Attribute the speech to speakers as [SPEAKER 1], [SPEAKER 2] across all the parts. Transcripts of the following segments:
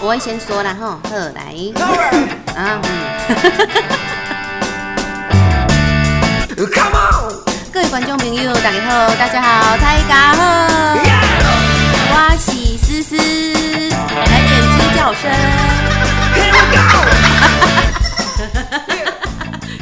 [SPEAKER 1] 我会先说啦吼，好来，啊嗯，
[SPEAKER 2] Come on!
[SPEAKER 1] 各位观众朋友大家好，大家好，大家好，我是思思，来点鸡叫声，
[SPEAKER 2] Here we go!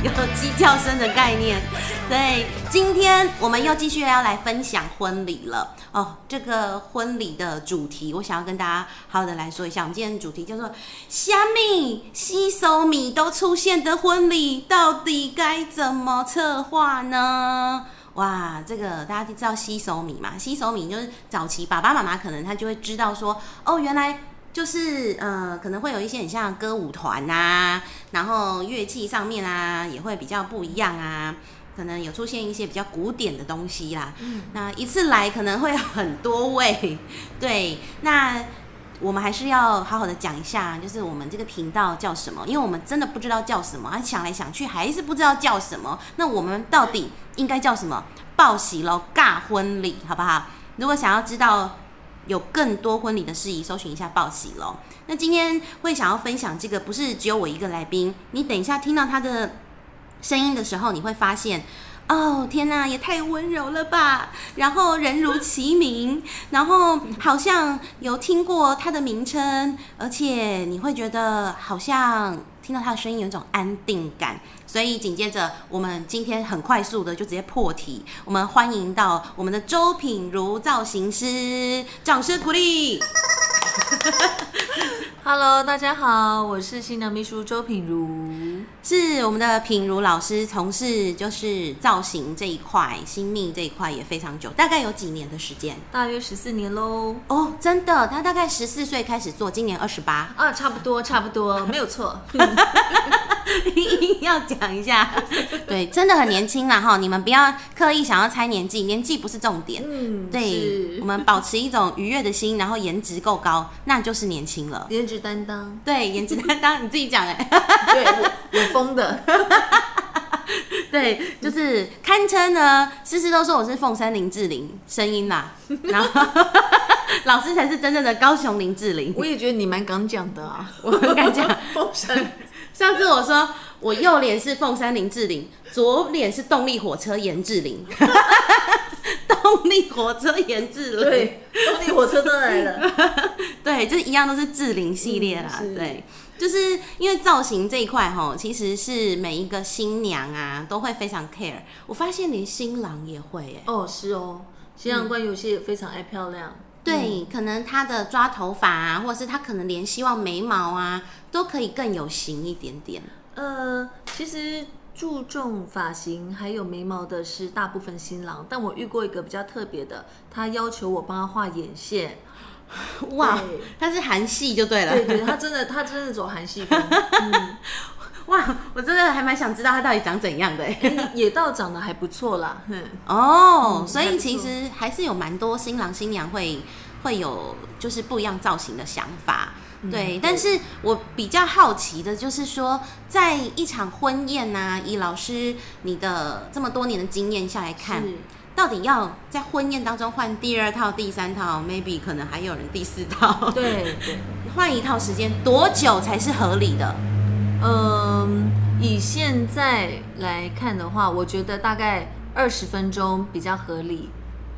[SPEAKER 1] 有鸡叫声的概念。对，今天我们又继续要来分享婚礼了哦。这个婚礼的主题，我想要跟大家好好的来说一下。我们今天的主题叫做“虾米吸收米都出现的婚礼，到底该怎么策划呢？”哇，这个大家就知道吸手米嘛，吸手米就是早期爸爸妈妈可能他就会知道说，哦，原来就是呃，可能会有一些很像歌舞团啊，然后乐器上面啊也会比较不一样啊，可能有出现一些比较古典的东西啦。那一次来可能会很多位，对，那。我们还是要好好的讲一下，就是我们这个频道叫什么，因为我们真的不知道叫什么，啊，想来想去还是不知道叫什么。那我们到底应该叫什么？报喜喽，尬婚礼，好不好？如果想要知道有更多婚礼的事宜，搜寻一下报喜喽。那今天会想要分享这个，不是只有我一个来宾，你等一下听到他的声音的时候，你会发现。哦天呐，也太温柔了吧！然后人如其名，然后好像有听过他的名称，而且你会觉得好像听到他的声音有一种安定感。所以紧接着，我们今天很快速的就直接破题，我们欢迎到我们的周品如造型师，掌声鼓励。
[SPEAKER 3] Hello，大家好，我是新娘秘书周品如。
[SPEAKER 1] 是我们的品如老师从事就是造型这一块、新命这一块也非常久，大概有几年的时间
[SPEAKER 3] 大约十四年喽。
[SPEAKER 1] 哦，真的，他大概十四岁开始做，今年二十 八，
[SPEAKER 3] 啊，差不多，差不多，没有 错。
[SPEAKER 1] 要讲一下，对，真的很年轻啦哈，你们不要刻意想要猜年纪，年纪不是重点，
[SPEAKER 3] 嗯，
[SPEAKER 1] 对，我
[SPEAKER 3] 是
[SPEAKER 1] 们保持一种愉悦的心，然后颜值够高，那就是年轻 了。
[SPEAKER 3] 颜值担当，
[SPEAKER 1] 对，颜值担当，你自己讲 哎、
[SPEAKER 3] 对我我疯的，
[SPEAKER 1] 对，就是堪称呢，思思都说我是凤山林志玲声音啦，然后 老师才是真正的高雄林志玲。
[SPEAKER 3] 我也觉得你蛮敢讲的 啊，
[SPEAKER 1] 我很敢讲，
[SPEAKER 3] 风神。
[SPEAKER 1] 上次我说我右脸是凤山林志玲，左脸是动力火车严志 玲，动力火车严志玲，
[SPEAKER 3] 对，动力火车都来了。
[SPEAKER 1] 对，就是一样都是志玲系列啦。
[SPEAKER 3] 嗯是
[SPEAKER 1] 对，就是因为造型这一块哈，其实是每一个新娘啊都会非常 care。我发现连新郎也会耶、
[SPEAKER 3] 哦，是哦，新郎官有些也非常爱漂亮。嗯
[SPEAKER 1] 对，可能他的抓头发啊，或者是他可能连希望眉毛啊，都可以更有型一点点。
[SPEAKER 3] 呃，其实注重发型还有眉毛的是大部分新郎，但我遇过一个比较特别的，他要求我帮他画眼线。
[SPEAKER 1] 哇
[SPEAKER 3] 对，
[SPEAKER 1] 他是韩系就对了。
[SPEAKER 3] 对对，他真的，他真的走韩系风，
[SPEAKER 1] 哇，我真的还蛮想知道他到底长怎样的耶。欸
[SPEAKER 3] 也倒长得还不错啦。哼，
[SPEAKER 1] 哦、
[SPEAKER 3] 嗯
[SPEAKER 1] 所
[SPEAKER 3] 还
[SPEAKER 1] 以
[SPEAKER 3] 不
[SPEAKER 1] 其
[SPEAKER 3] 错
[SPEAKER 1] 实还是有蛮多新郎新娘会会有就是不一样造型的想法。嗯对，但是我比较好奇的就是说，在一场婚宴呐、以老师你的这么多年的经验下来看，
[SPEAKER 3] 是
[SPEAKER 1] 到底要在婚宴当中换第二套、第三套，maybe 可能还有人第四套，，
[SPEAKER 3] 对对，
[SPEAKER 1] 换一套时间多久才是合理的？
[SPEAKER 3] 嗯，以现在来看的话，我觉得大概二十分钟比较合理。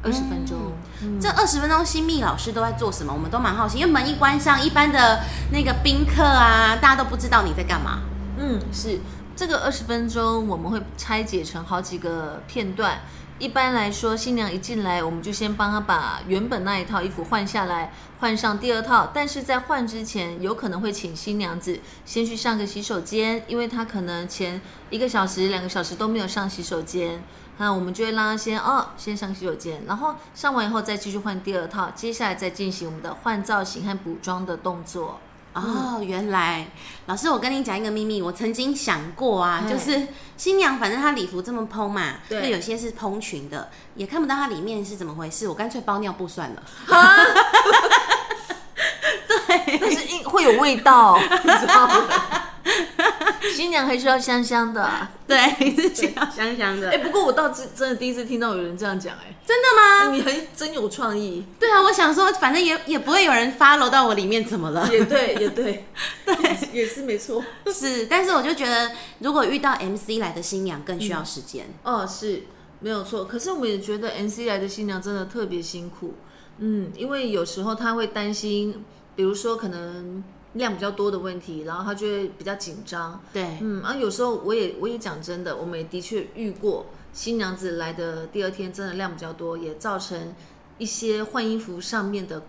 [SPEAKER 3] 二十分钟，嗯
[SPEAKER 1] 这二十分钟，新密老师都在做什么？我们都蛮好奇，因为门一关上，一般的那个宾客啊，大家都不知道你在干嘛。
[SPEAKER 3] 嗯，是这个二十分钟，我们会拆解成好几个片段。一般来说，新娘一进来，我们就先帮她把原本那一套衣服换下来，换上第二套。但是在换之前，有可能会请新娘子先去上个洗手间，因为她可能前一个小时、两个小时都没有上洗手间。那我们就会让她先哦，先上洗手间，然后上完以后再继续换第二套，接下来再进行我们的换造型和补妆的动作。
[SPEAKER 1] 哦，
[SPEAKER 3] 嗯
[SPEAKER 1] 原来老师，我跟你讲一个秘密，我曾经想过啊，
[SPEAKER 3] 哎
[SPEAKER 1] 就是新娘，反正她礼服这么蓬嘛，
[SPEAKER 3] 对
[SPEAKER 1] 就有些是蓬裙的，也看不到它里面是怎么回事，我干脆包尿布算 了。
[SPEAKER 3] 但是一会有味道，你知道吗？新娘还是要香香的。啊
[SPEAKER 1] 对，是需要香香的。
[SPEAKER 3] 哎、不过我倒真真的第一次听到有人这样讲、
[SPEAKER 1] 真的吗？
[SPEAKER 3] 哎，你还真有创意，
[SPEAKER 1] 对啊，我想说，反正也也不会有人 follow 到我里面，怎么了？
[SPEAKER 3] 也 对，也对，对，也是没错。
[SPEAKER 1] 是，但是我就觉得，如果遇到 MC 来的新娘，更需要时间。
[SPEAKER 3] 哦，是没有错。可是我们也觉得 NC 来的新娘真的特别辛苦，嗯，因为有时候她会担心，比如说可能量比较多的问题，然后她就会比较紧张。
[SPEAKER 1] 对，
[SPEAKER 3] 嗯，啊，有时候我也我也讲真的，我们也的确遇过新娘子来的第二天真的量比较多，也造成一些换衣服上面的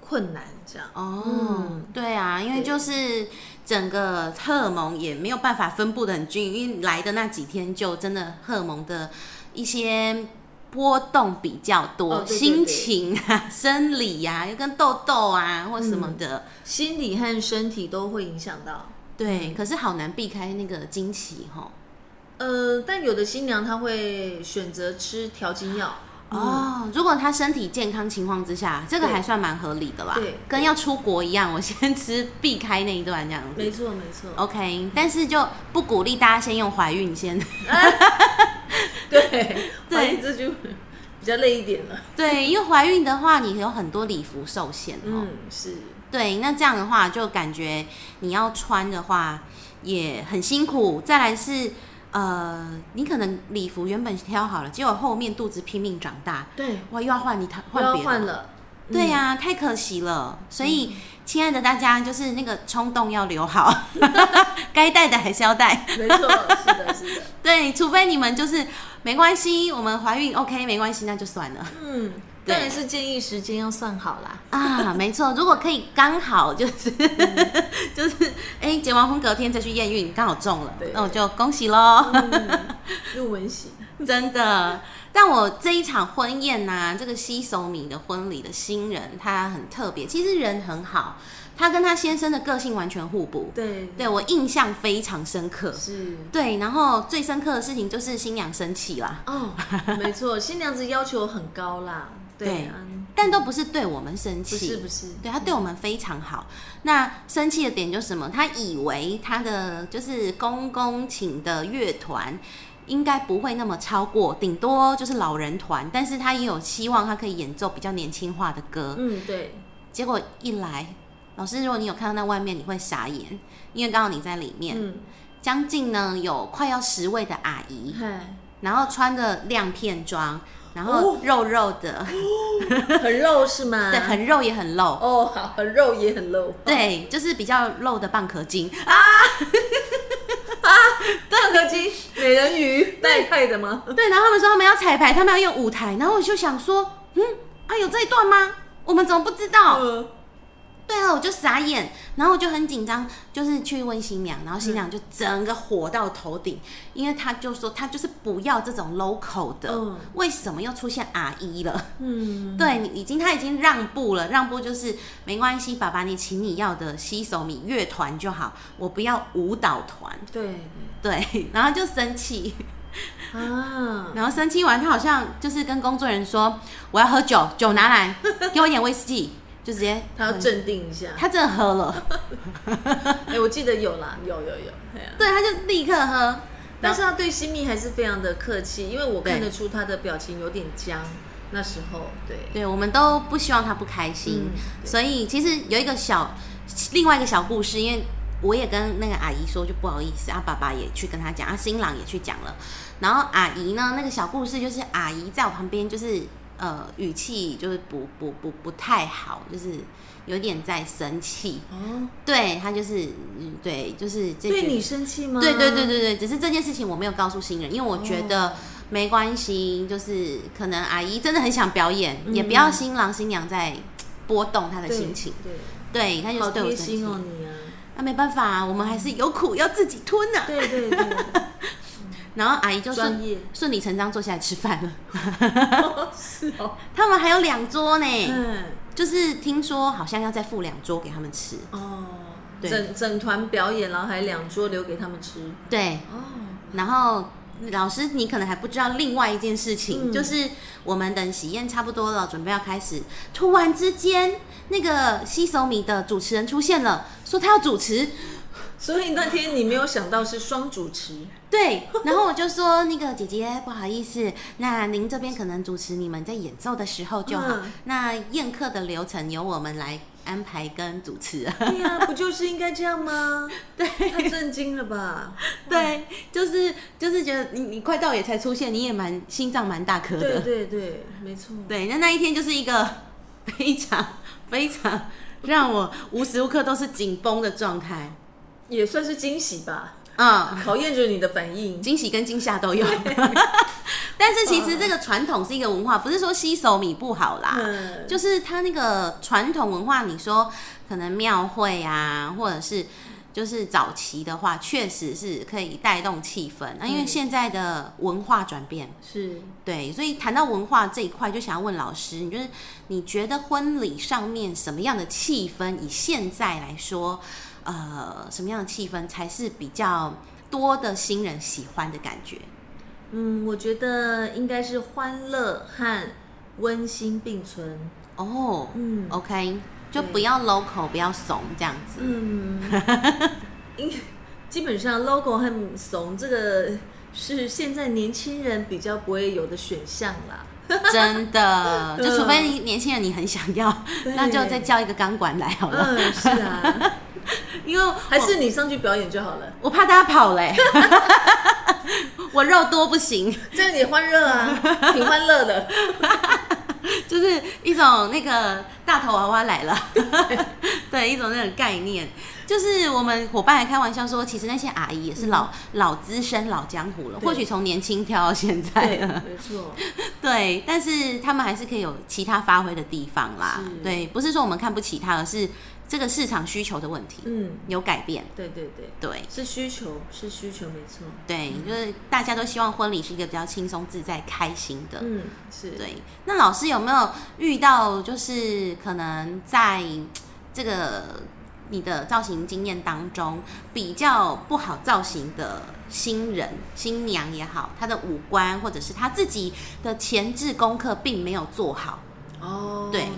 [SPEAKER 3] 困难，这样。
[SPEAKER 1] 哦，
[SPEAKER 3] 嗯
[SPEAKER 1] 对啊，因为
[SPEAKER 3] 对
[SPEAKER 1] 就是整个荷尔蒙也没有办法分布的很均匀，因为来的那几天就真的荷尔蒙的一些。波动比较多，
[SPEAKER 3] 哦对对
[SPEAKER 1] 心
[SPEAKER 3] 对
[SPEAKER 1] 情啊、生理呀、又跟痘痘啊或什么的，
[SPEAKER 3] 心理和身体都会影响到。
[SPEAKER 1] 对。可是好难避开那个惊奇哈。
[SPEAKER 3] 呃，但有的新娘她会选择吃调经药。
[SPEAKER 1] 哦，如果他身体健康情况之下，这个
[SPEAKER 3] 嗯对
[SPEAKER 1] 还算蛮合理的啦，
[SPEAKER 3] 对
[SPEAKER 1] 跟
[SPEAKER 3] 对
[SPEAKER 1] 要出国一样，我先吃避开那一段这样
[SPEAKER 3] 没
[SPEAKER 1] 子。
[SPEAKER 3] 错，没错。
[SPEAKER 1] OK，但是就不鼓励大家先用怀孕先，
[SPEAKER 3] 对，
[SPEAKER 1] 对哦
[SPEAKER 3] 怀疑这 就比较累一点了。
[SPEAKER 1] 对，因为怀孕的话，你有很多礼服受限哦。
[SPEAKER 3] 嗯，是，
[SPEAKER 1] 对，那这样的话，就感觉你要穿的话也很辛苦。再来是，呃，你可能礼服原本挑好了，结果后面肚子拼命长大，
[SPEAKER 3] 对，
[SPEAKER 1] 哇，又要换你换换
[SPEAKER 3] 不要
[SPEAKER 1] 别的
[SPEAKER 3] 换了。嗯
[SPEAKER 1] 对呀、太可惜了。所以，亲爱的大家，就是那个冲动要留 好，该带的还是要带。
[SPEAKER 3] 嗯，没错，是的，是的。
[SPEAKER 1] 对，除非你们就是没关系，我们怀孕 OK 没关系，那就算了
[SPEAKER 3] 嗯，
[SPEAKER 1] 对
[SPEAKER 3] 当然是建议时间要算好啦。
[SPEAKER 1] 啊。没错，如果可以刚好就是 就是哎、结完婚隔天再去验孕，刚好中了
[SPEAKER 3] 对，
[SPEAKER 1] 那我就恭喜喽。
[SPEAKER 3] 嗯， 入门喜，
[SPEAKER 1] 真的。但我这一场婚宴呐、这个西索米的婚礼的新人，他很特别，其实人很好，他跟他先生的个性完全互补。
[SPEAKER 3] 对，
[SPEAKER 1] 对我印象非常深刻。
[SPEAKER 3] 是。
[SPEAKER 1] 对，然后最深刻的事情就是新娘生气啦，
[SPEAKER 3] 哦，没错，新娘子要求很高 啦。
[SPEAKER 1] 对
[SPEAKER 3] 嗯
[SPEAKER 1] 但都不是对我们生
[SPEAKER 3] 不
[SPEAKER 1] 气，
[SPEAKER 3] 是不是，
[SPEAKER 1] 对她对我们非常好。那生气的点就是什么？她以为她的就是公公请的乐团。应该不会那么超过，顶多就是老人团，但是她也有希望，她可以演奏比较年轻化的歌。
[SPEAKER 3] 嗯，对，
[SPEAKER 1] 结果一来，老师，如果你有看到那外面，你会傻眼，因为刚好你在里面。
[SPEAKER 3] 嗯，
[SPEAKER 1] 将近呢有快要十位的阿姨，
[SPEAKER 3] 嗨，
[SPEAKER 1] 然后穿着亮片装，然后
[SPEAKER 3] 哦
[SPEAKER 1] 肉肉的，
[SPEAKER 3] 很肉是吗？
[SPEAKER 1] 对，很肉也很露，
[SPEAKER 3] 哦，好，很肉也很肉。
[SPEAKER 1] 对，就是比较露的蚌壳精，
[SPEAKER 3] 蛋壳鸡、美人鱼带派的吗？
[SPEAKER 1] 对。然后他们说他们要彩排，他们要用舞台，然后我就想说，嗯，啊有这一段吗？我们怎么不知道？
[SPEAKER 3] 嗯，
[SPEAKER 1] 对啊，我就傻眼，然后我就很紧张，就是去问新娘，然后新娘就整个火到头顶，因为她就说她就是不要这种 local 的，
[SPEAKER 3] 嗯
[SPEAKER 1] 为什么又出现阿姨了？
[SPEAKER 3] 嗯，
[SPEAKER 1] 对你已经他已经让步了，让步就是没关系，爸爸你请你要的西手米乐团就好，我不要舞蹈团。
[SPEAKER 3] 对
[SPEAKER 1] 对，然后就生气，
[SPEAKER 3] 对啊，
[SPEAKER 1] 然后生气完他好像就是跟工作人员说我要喝酒，酒拿来， 给我一点威士忌，就直接嗯
[SPEAKER 3] 他要镇定一下。
[SPEAKER 1] 他真的喝了，
[SPEAKER 3] 哎、我记得有啦，有有有，哎呀、
[SPEAKER 1] 对，他就立刻喝。
[SPEAKER 3] 但是他对新密还是非常的客气，因为我
[SPEAKER 1] 对
[SPEAKER 3] 看得出他的表情有点僵，那时候对，
[SPEAKER 1] 对我们都不希望他不开心，
[SPEAKER 3] 嗯对
[SPEAKER 1] 所以其实有一个小另外一个小故事，因为我也跟那个阿姨说，就不好意思啊，爸爸也去跟他讲，啊，新郎也去讲了，然后阿姨呢，那个小故事就是阿姨在我旁边，就是呃语气就是不不不不太好，就是有点在生气，
[SPEAKER 3] 哦，
[SPEAKER 1] 对她就是嗯对就是这
[SPEAKER 3] 对
[SPEAKER 1] 句
[SPEAKER 3] 你生气吗？
[SPEAKER 1] 对对对对对，只是这件事情我没有告诉新人，因为我觉
[SPEAKER 3] 哦
[SPEAKER 1] 得没关系，就是可能阿姨真的很想表演，
[SPEAKER 3] 嗯
[SPEAKER 1] 也不要新郎新娘在波动他的
[SPEAKER 3] 对，
[SPEAKER 1] 心情。
[SPEAKER 3] 对，
[SPEAKER 1] 对，他就是
[SPEAKER 3] 好
[SPEAKER 1] 对我
[SPEAKER 3] 贴
[SPEAKER 1] 生气。
[SPEAKER 3] 心哦你啊，
[SPEAKER 1] 那没办法、我们还是有苦要自己吞呐、
[SPEAKER 3] 对 对对，
[SPEAKER 1] 然后阿姨就
[SPEAKER 3] 专
[SPEAKER 1] 顺
[SPEAKER 3] 业，
[SPEAKER 1] 顺理成章坐下来吃饭了。
[SPEAKER 3] 是哦，
[SPEAKER 1] 他们还有两桌呢，
[SPEAKER 3] 嗯
[SPEAKER 1] 就是听说好像要再付两桌给他们吃。
[SPEAKER 3] 哦，
[SPEAKER 1] 对
[SPEAKER 3] 整整团表演，然后还两桌留给他们吃，
[SPEAKER 1] 对，
[SPEAKER 3] 哦，
[SPEAKER 1] 然后老师，你可能还不知道另外一件事情，
[SPEAKER 3] 嗯
[SPEAKER 1] 就是我们等喜宴差不多了，准备要开始，突然之间，那个西手米的主持人出现了，说他要主持，
[SPEAKER 3] 所以那天你没有想到是双主 持，
[SPEAKER 1] 对，然后我就说那个姐姐不好意思，那您这边可能主持你们在演奏的时候就好，
[SPEAKER 3] 嗯
[SPEAKER 1] 那宴客的流程由我们来安排跟主持。
[SPEAKER 3] 对呀、不就是应该这样吗？对，太震惊了吧？
[SPEAKER 1] 对，就是就是觉得你你快到也才出现，你也蛮心脏蛮大颗的。
[SPEAKER 3] 对对对，没错。
[SPEAKER 1] 对，那那一天就是一个 非常非常让我无时无刻都是紧绷的状态，
[SPEAKER 3] 也算是惊喜吧，
[SPEAKER 1] 嗯，
[SPEAKER 3] 考验着你的反 应。
[SPEAKER 1] 惊喜跟惊吓都有。 但是其实这个传统是一个文化，不是说吸手米不好啦，
[SPEAKER 3] 嗯，
[SPEAKER 1] 啊就是它那个传统文化，你说可能庙会啊，或者是就是早期的话，确实是可以带动气氛。那因为
[SPEAKER 3] 嗯
[SPEAKER 1] 现在的文化转变，
[SPEAKER 3] 是
[SPEAKER 1] 对，所以谈到文化这一块，就想要问老师，你就是你觉得婚礼上面什么样的气氛，以现在来说，呃，什么样的气氛才是比较多的新人喜欢的感觉？
[SPEAKER 3] 嗯，我觉得应该是欢乐和温馨并存。
[SPEAKER 1] 哦、
[SPEAKER 3] 嗯
[SPEAKER 1] o k 就
[SPEAKER 3] 对
[SPEAKER 1] 不要 local，不要怂这样子。
[SPEAKER 3] 嗯， 因基本上 logo 和怂这个是现在年轻人比较不会有的选项啦。
[SPEAKER 1] 真 的，
[SPEAKER 3] 对
[SPEAKER 1] 就除非你年轻人你很想要，
[SPEAKER 3] 嗯对
[SPEAKER 1] 那就再叫一个钢管来好了，
[SPEAKER 3] 嗯，是啊，
[SPEAKER 1] 因为我
[SPEAKER 3] 还是你上去表演就好了，
[SPEAKER 1] 我怕大家跑 嘞、我肉多不行，
[SPEAKER 3] 这样也欢乐啊，挺欢 乐的。
[SPEAKER 1] 就是一种那个大头娃娃来了， 对，一种那种概念。就是我们伙伴还开玩笑说，其实那些阿姨也是老、老资深、老江湖了，
[SPEAKER 3] 嗯对
[SPEAKER 1] 或许从年轻跳到现在
[SPEAKER 3] 对，
[SPEAKER 1] 了，
[SPEAKER 3] 没错，
[SPEAKER 1] 对，但是他们还是可以有其他发挥的地方啦。
[SPEAKER 3] 是
[SPEAKER 1] 对，不是说我们看不起他，而是这个市场需求的问题、
[SPEAKER 3] 嗯，
[SPEAKER 1] 有改变。
[SPEAKER 3] 对对对，
[SPEAKER 1] 对
[SPEAKER 3] 是需求，是需求，没错。
[SPEAKER 1] 对，
[SPEAKER 3] 嗯
[SPEAKER 1] 就是大家都希望婚礼是一个比较轻松自在、开心的。
[SPEAKER 3] 嗯，是。
[SPEAKER 1] 对，那老师有没有遇到就是可能在这个你的造型经验当中比较不好造型的新人、新娘也好，她的五官或者是她自己的前置功课并没有做好？
[SPEAKER 3] 哦，
[SPEAKER 1] 对。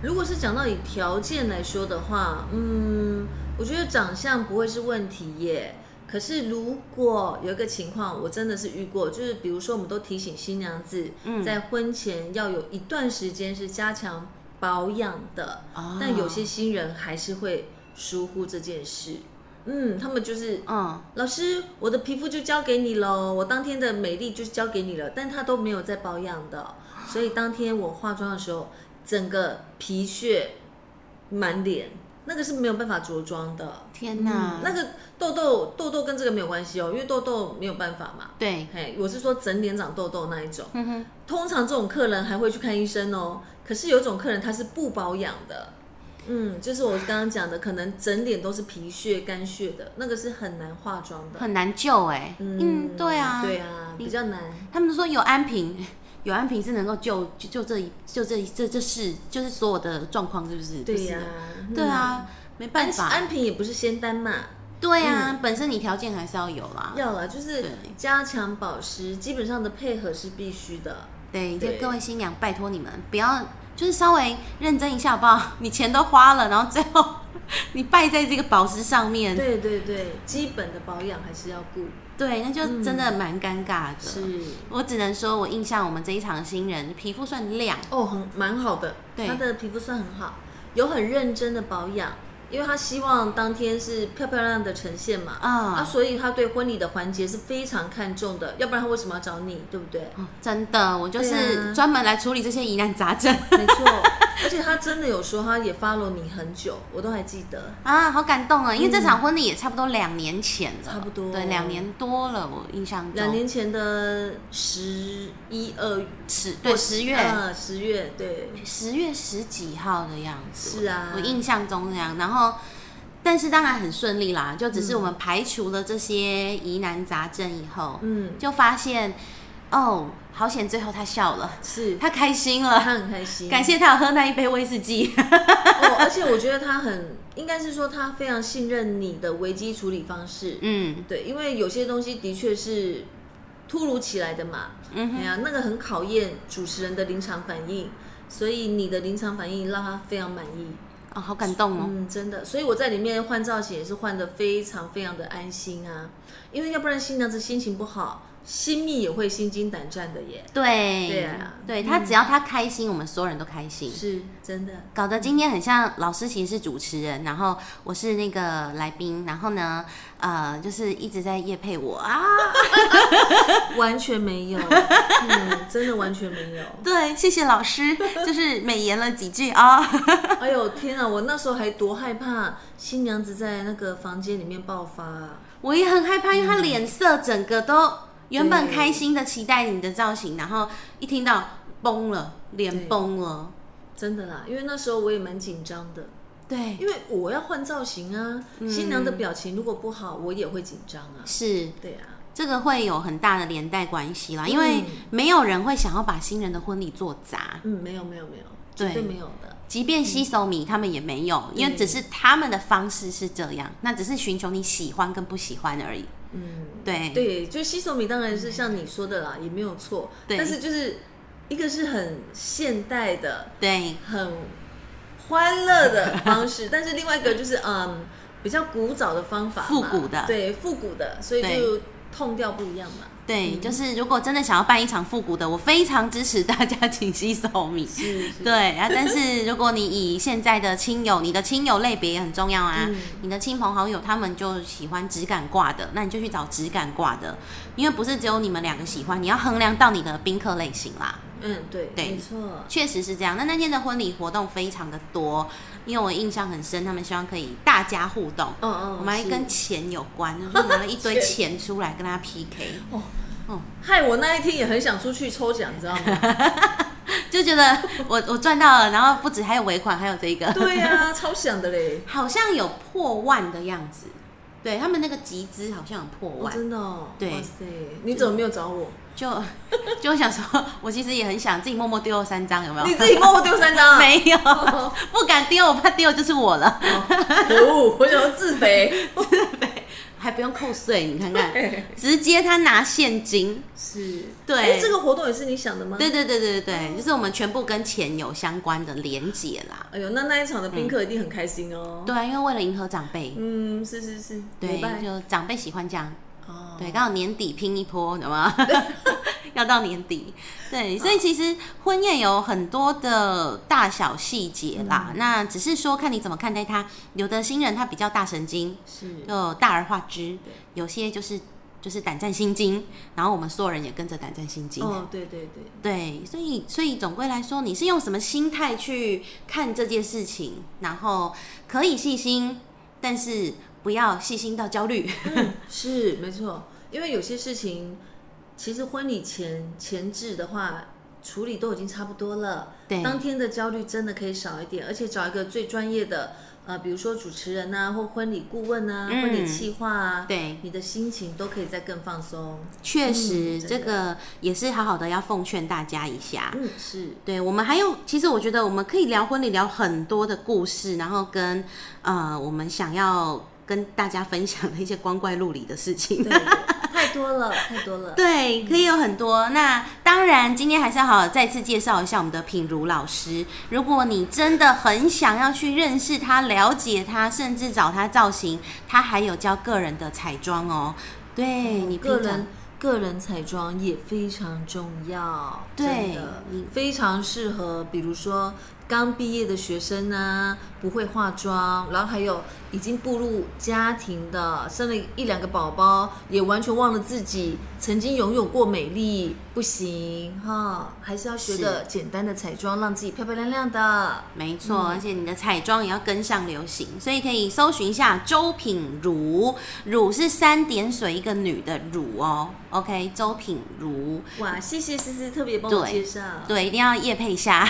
[SPEAKER 3] 如果是讲到以条件来说的话，嗯，我觉得长相不会是问题耶。可是如果有一个情况，我真的是遇过，就是比如说我们都提醒新娘子，
[SPEAKER 1] 嗯
[SPEAKER 3] 在婚前要有一段时间是加强保养的，
[SPEAKER 1] 哦
[SPEAKER 3] 但有些新人还是会疏忽这件事。嗯，他们就是
[SPEAKER 1] 嗯，
[SPEAKER 3] 老师，我的皮肤就交给你喽，我当天的美丽就交给你了，但她都没有在保养的，所以当天我化妆的时候，整个皮屑满脸，那个是没有办法着妆的。
[SPEAKER 1] 天哪，
[SPEAKER 3] 嗯那个痘痘痘痘跟这个没有关系哦，因为痘痘没有办法嘛。
[SPEAKER 1] 对，
[SPEAKER 3] 嘿，我是说整脸长痘痘那一种。
[SPEAKER 1] 嗯哼，
[SPEAKER 3] 通常这种客人还会去看医生哦。可是有一种客人他是不保养的，嗯，就是我刚刚讲的，可能整脸都是皮屑、干屑的，那个是很难化妆的。
[SPEAKER 1] 很难救哎、嗯，对啊，
[SPEAKER 3] 对啊，
[SPEAKER 1] 你
[SPEAKER 3] 比较难。
[SPEAKER 1] 他们说有安瓶，有安瓶是能够救就就这一就这一这这事就是所有的状况，是不是？
[SPEAKER 3] 对呀
[SPEAKER 1] 不是、对啊，没
[SPEAKER 3] 嗯安
[SPEAKER 1] 办法，
[SPEAKER 3] 安瓶也不是仙丹嘛，
[SPEAKER 1] 对啊，本身你条件还是要有啦。
[SPEAKER 3] 要了就是
[SPEAKER 1] 对
[SPEAKER 3] 加强保湿，基本上的配合是必须的。
[SPEAKER 1] 对，就
[SPEAKER 3] 对
[SPEAKER 1] 各位新娘，拜托你们不要，就是稍微认真一下好不 好？你钱都花了，然后最后 你败在这个宝石上面，对，
[SPEAKER 3] 对对对，基本的保养还是要顾。
[SPEAKER 1] 那就真的蛮尴尬的。
[SPEAKER 3] 是
[SPEAKER 1] 我只能说，我印象我们这一场新人皮肤算亮，
[SPEAKER 3] 哦，很蛮好的，
[SPEAKER 1] 对
[SPEAKER 3] 她的皮肤算很好，有很认真的保养，因为她希望当天是漂漂亮亮的呈现嘛，
[SPEAKER 1] 啊
[SPEAKER 3] 啊，所以她对婚礼的环节是非常看重的，要不然她为什么要找你，对不对？
[SPEAKER 1] 哦真的，我就
[SPEAKER 3] 对
[SPEAKER 1] 是
[SPEAKER 3] 啊
[SPEAKER 1] 专门来处理这些疑难杂症
[SPEAKER 3] 没错，而且她真的有说，她也 follow 你很久，我都还记得。
[SPEAKER 1] 啊，好感动啊！因为这场婚礼也差不多两年前了，
[SPEAKER 3] 差不多
[SPEAKER 1] 对，两年多了，我印象中
[SPEAKER 3] 两年前的十一二
[SPEAKER 1] 十对十月
[SPEAKER 3] 嗯，十月对，
[SPEAKER 1] 十月十几号的样子，
[SPEAKER 3] 是啊
[SPEAKER 1] 我印象中那样。然后，但是当然很顺利啦，就只是我们排除了这些疑难杂症以后，
[SPEAKER 3] 嗯，
[SPEAKER 1] 就发现哦，好险，最后他笑了，
[SPEAKER 3] 是
[SPEAKER 1] 他开心
[SPEAKER 3] 她
[SPEAKER 1] 了，
[SPEAKER 3] 很开 心，
[SPEAKER 1] 感谢他有喝那一杯威士忌。
[SPEAKER 3] 哦，而且我觉得他很，应该是说他非常信任你的危机处理方式。
[SPEAKER 1] 嗯
[SPEAKER 3] 对，因为有些东西的确是突如其来的嘛，
[SPEAKER 1] 嗯
[SPEAKER 3] 哎
[SPEAKER 1] 哼，
[SPEAKER 3] 呀、那个很考验主持人的临场反应，所以你的临场反应让他非常满意。
[SPEAKER 1] 哦，好感动哦。
[SPEAKER 3] 嗯，真的，所以我在里面换造型也是换的非常非常的安心啊，因为要不然新娘子心情不好，新密也会心惊胆战的耶。
[SPEAKER 1] 对，
[SPEAKER 3] 对啊
[SPEAKER 1] 对
[SPEAKER 3] 嗯
[SPEAKER 1] 他只要他开心，我们所有人都开心。
[SPEAKER 3] 是真的，
[SPEAKER 1] 搞得今天很像老师其实是主持人，然后我是那个来宾，然后呢，呃，就是一直在夜配我啊。
[SPEAKER 3] 完全没 有，嗯，真的完全没 有。
[SPEAKER 1] 对，谢谢老师，就是美言了几句啊。
[SPEAKER 3] 哎呦天啊，我那时候还多害怕新娘子在那个房间里面爆发、啊。
[SPEAKER 1] 我也很害怕，因为他脸色整个都原本开心的期待你的造型，然后一听到崩了，脸崩了。
[SPEAKER 3] 真的啦，因为那时候我也蛮紧张的，
[SPEAKER 1] 对，
[SPEAKER 3] 因为我要换造型啊。新娘的表情如果不好，我也会紧张啊。
[SPEAKER 1] 是
[SPEAKER 3] 对啊，
[SPEAKER 1] 这个会有很大的连带关系啦，
[SPEAKER 3] 嗯
[SPEAKER 1] 因为没有人会想要把新人的婚礼做砸，
[SPEAKER 3] 嗯，没有没有没有，
[SPEAKER 1] 对
[SPEAKER 3] 绝对没有的。
[SPEAKER 1] 即便吸手米他们也没有，因为只是他们的方式是这样，那只是寻求你喜欢跟不喜欢而已。
[SPEAKER 3] 嗯，
[SPEAKER 1] 对
[SPEAKER 3] 对，就西索米当然是像你说的啦，也没有错。
[SPEAKER 1] 对
[SPEAKER 3] 但是就是一个是很现代的、
[SPEAKER 1] 对
[SPEAKER 3] 很欢乐的方 式，但是另外一个就是嗯比较古早的方法嘛，
[SPEAKER 1] 复古的
[SPEAKER 3] 对，复古的，所以就痛调不一样 嘛。
[SPEAKER 1] 对，就是如果真的想要办一场复古的，我非常支持大家请吸手米。
[SPEAKER 3] 是是
[SPEAKER 1] 对啊，但是如果你以现在的亲友，你的亲友类别也很重要啊。
[SPEAKER 3] 嗯
[SPEAKER 1] 你的亲朋好友他们就喜欢质感挂的，那你就去找质感挂的，因为不是只有你们两个喜欢，你要衡量到你的宾客类型啦。
[SPEAKER 3] 嗯，对，
[SPEAKER 1] 对
[SPEAKER 3] 没错。
[SPEAKER 1] 确实是这样。那那天的婚礼活动非常的多，因为我印象很深，他们希望可以大家互动。
[SPEAKER 3] 嗯嗯，
[SPEAKER 1] 我们还
[SPEAKER 3] 是
[SPEAKER 1] 跟钱有关，就是拿了一堆钱出来跟他 PK，
[SPEAKER 3] 哦
[SPEAKER 1] 嗯
[SPEAKER 3] 害我那一天也很想出去抽奖，你知 道吗？
[SPEAKER 1] 就觉得我我赚到了，然后不止还有尾款，还有这个。
[SPEAKER 3] 对呀、超想的嘞。
[SPEAKER 1] 好像有破万的样子，对他们那个集资好像有破
[SPEAKER 3] 哦
[SPEAKER 1] 万，
[SPEAKER 3] 真的哦，
[SPEAKER 1] 对
[SPEAKER 3] 哇塞，你怎么没有找 我？
[SPEAKER 1] 就就想说，我其实也很想自己默默丢了三张，有没有？
[SPEAKER 3] 你自己 默默丢三张啊？
[SPEAKER 1] 没有，不敢丢，我怕丢就是我了，
[SPEAKER 3] 哦，我想要自肥。
[SPEAKER 1] 还不用扣税，你看看，直接他拿现金，
[SPEAKER 3] 是，
[SPEAKER 1] 对
[SPEAKER 3] 哎，这个活动也是你想的吗？
[SPEAKER 1] 对。对对对对，就是我们全部跟钱有相关的连结啦，
[SPEAKER 3] 哎呦，那那一场的宾客一定很开心哦。
[SPEAKER 1] 对啊，因为为了迎合长辈，
[SPEAKER 3] 嗯，是是是，
[SPEAKER 1] 对
[SPEAKER 3] 礼拜，
[SPEAKER 1] 就长辈喜欢这样，
[SPEAKER 3] 哦，
[SPEAKER 1] 对，刚好年底拼一波，懂 吗？ 要到年底，对，所以其实婚宴有很多的大小细节啦。
[SPEAKER 3] 嗯
[SPEAKER 1] 那只是说看你怎么看待它。有的新人他比较大神经，
[SPEAKER 3] 是，哦
[SPEAKER 1] 就大而化之
[SPEAKER 3] 对；
[SPEAKER 1] 有些就是就是胆战心惊，然后我们所有人也跟着胆战心惊。
[SPEAKER 3] 哦，对对对，
[SPEAKER 1] 对，所以所以总归来说，你是用什么心态去看这件事情？然后可以细心，但是不要细心到焦虑。
[SPEAKER 3] 是没错，因为有些事情，其实婚礼前前置的话，处理都已经差不多了。
[SPEAKER 1] 对
[SPEAKER 3] 当天的焦虑真的可以少一点，而且找一个最专业的，呃，比如说主持人啊呐、或婚礼顾问呐、
[SPEAKER 1] 嗯
[SPEAKER 3] 婚礼企划啊，
[SPEAKER 1] 对
[SPEAKER 3] 你的心情都可以再更放松。
[SPEAKER 1] 确
[SPEAKER 3] 嗯
[SPEAKER 1] 实，
[SPEAKER 3] 真
[SPEAKER 1] 这
[SPEAKER 3] 的
[SPEAKER 1] 个也是好好的要奉劝大家一下。
[SPEAKER 3] 嗯，是，
[SPEAKER 1] 对我们还有，其实我觉得我们可以聊婚礼，聊很多的故事，然后跟呃，我们想要跟大家分享的一些光怪陆离的事情。
[SPEAKER 3] 对，对太多 了，太多了。
[SPEAKER 1] 对，可以有很多。那当然，今天还是要好好再次介绍一下我们的品如老师。如果你真的很想要去认识他、了解他，甚至找他造型，他还有教个人的彩妆哦。对、你平
[SPEAKER 3] 个
[SPEAKER 1] 常
[SPEAKER 3] 人个人彩妆也非常重要，
[SPEAKER 1] 对
[SPEAKER 3] 真的
[SPEAKER 1] 你
[SPEAKER 3] 非常适合，比如说刚毕业的学生啊，不会化妆，然后还有已经步入家庭的，生了一两个宝宝，也完全忘了自己曾经拥有过美丽，不行哈，还是要学
[SPEAKER 1] 是
[SPEAKER 3] 个简单的彩妆，让自己漂漂亮亮的。
[SPEAKER 1] 没错，而且你的彩妆也要跟上流行，所以可以搜寻一下周品如，如是三点水一个女的如哦。OK，周品如，
[SPEAKER 3] 哇，谢谢思思特别帮我
[SPEAKER 1] 对
[SPEAKER 3] 介绍，
[SPEAKER 1] 对，一定要夜配一下。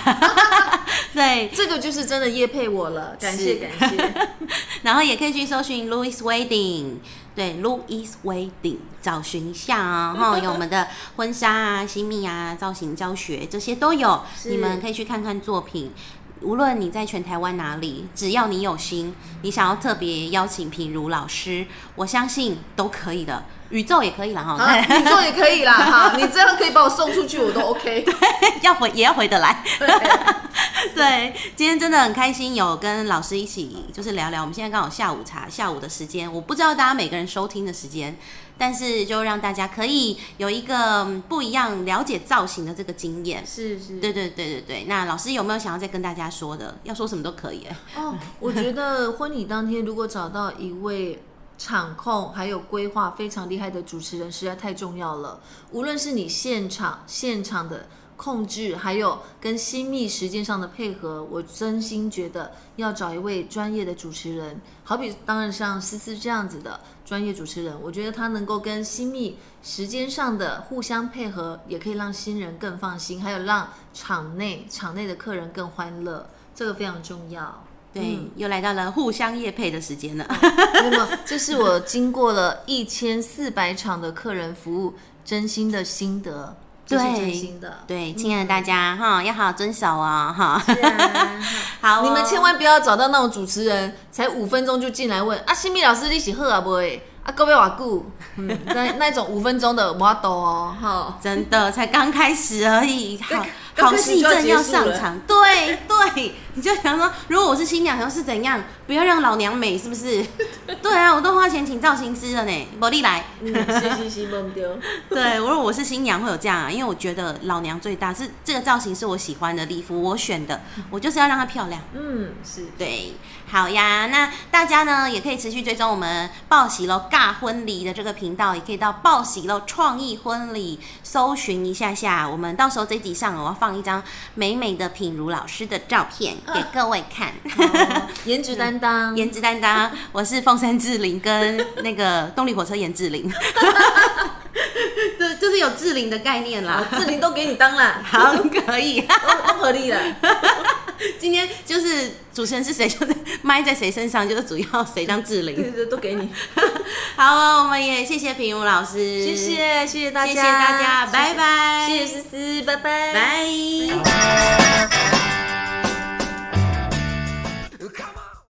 [SPEAKER 1] 对，
[SPEAKER 3] 这个就是真的叶配我了，感谢
[SPEAKER 1] 是
[SPEAKER 3] 感谢。
[SPEAKER 1] 然后也可以去搜寻 Louis Wedding，对，Louis Wedding 找寻一下 啊、然后有我们的婚纱啊、新密啊、造型教学这些都有，
[SPEAKER 3] 是
[SPEAKER 1] 你们可以去看看作品。无论你在全台湾哪里，只要你有心，你想要特别邀请品如老师，我相信都可以的，宇宙也可以了
[SPEAKER 3] 好啦，
[SPEAKER 1] 哈，
[SPEAKER 3] 你做也可以啦，哈，你这样可以把我送出去，我都 OK。
[SPEAKER 1] 要回也要回得来。 对，今天真的很开心，有跟老师一起就是聊聊。我们现在刚好下午茶，下午的时间，我不知道大家每个人收听的时间，但是就让大家可以有一个嗯不一样了解造型的这个经验。
[SPEAKER 3] 是是，
[SPEAKER 1] 对对对对对。那老师有没有想要再跟大家说的？要说什么都可以、欸。
[SPEAKER 3] 哦，我觉得婚礼当天如果找到一位场控还有规划非常厉害的主持人，实在太重要了。无论是你现场现场的控制，还有跟新密时间上的配合，我真心觉得要找一位专业的主持人，好比当然像思思这样子的专业主持人，我觉得他能够跟新密时间上的互相配合，也可以让新人更放心，还有让场内场内的客人更欢乐，这个非常重要。
[SPEAKER 1] 对，
[SPEAKER 3] 嗯
[SPEAKER 1] 又来到了互相夜配的时间了。
[SPEAKER 3] 那么，这是我经过了一千四百场的客人服务，真心的心得，这是真心的。
[SPEAKER 1] 对，亲爱的大家哈，要好好遵守哦哈。
[SPEAKER 3] 是啊，
[SPEAKER 1] 好哦，
[SPEAKER 3] 你们千万不要找到那种主持人，才五分钟就进来问啊，新密老师你喜喝啊不会啊，各位瓦固，嗯，那那种五分钟的我要抖哦，哈。
[SPEAKER 1] 真的才刚开始而已，好
[SPEAKER 4] 刚
[SPEAKER 1] 好
[SPEAKER 4] 开始
[SPEAKER 1] 戏
[SPEAKER 4] 就要
[SPEAKER 1] 正
[SPEAKER 4] 结
[SPEAKER 1] 要
[SPEAKER 4] 束了
[SPEAKER 1] 上场，对对，你就想说，如果我是新娘，又是怎样？不要让老娘美，是不是？ 对啊，我都花钱请造型师了呢，我力来。
[SPEAKER 4] 嗯，是是是，忘不掉。
[SPEAKER 1] 对，我说我是新娘会有这样啊，因为我觉得老娘最大是这个造型是我喜欢的礼服，我选的，我就是要让它漂亮。
[SPEAKER 3] 嗯，是
[SPEAKER 1] 对，好呀，那大家呢也可以持续追踪我们报喜喽尬婚礼的这个频道，也可以到报喜喽创意婚礼搜寻一下下。我们到时候这集上，我要放一张美美的品如老师的照 片给各位看。
[SPEAKER 3] 哦颜值担当，
[SPEAKER 1] 颜值担当，我是凤山志玲跟 那个动力火车颜志玲，对，就是有志玲的概念啦。
[SPEAKER 3] 哦志玲都给你当啦，
[SPEAKER 1] 好，可以。
[SPEAKER 3] 都都合 理了。
[SPEAKER 1] 今天就是主持人是谁，就是麦在谁身上，就是主要谁当志玲。
[SPEAKER 4] 对对，都给你。
[SPEAKER 1] 好哦，我们也谢谢平武老师，
[SPEAKER 3] 谢
[SPEAKER 1] 谢
[SPEAKER 3] 谢谢谢大家，
[SPEAKER 1] 谢大家，拜拜，
[SPEAKER 3] 谢谢思思，拜拜，
[SPEAKER 1] 拜。
[SPEAKER 4] Bye.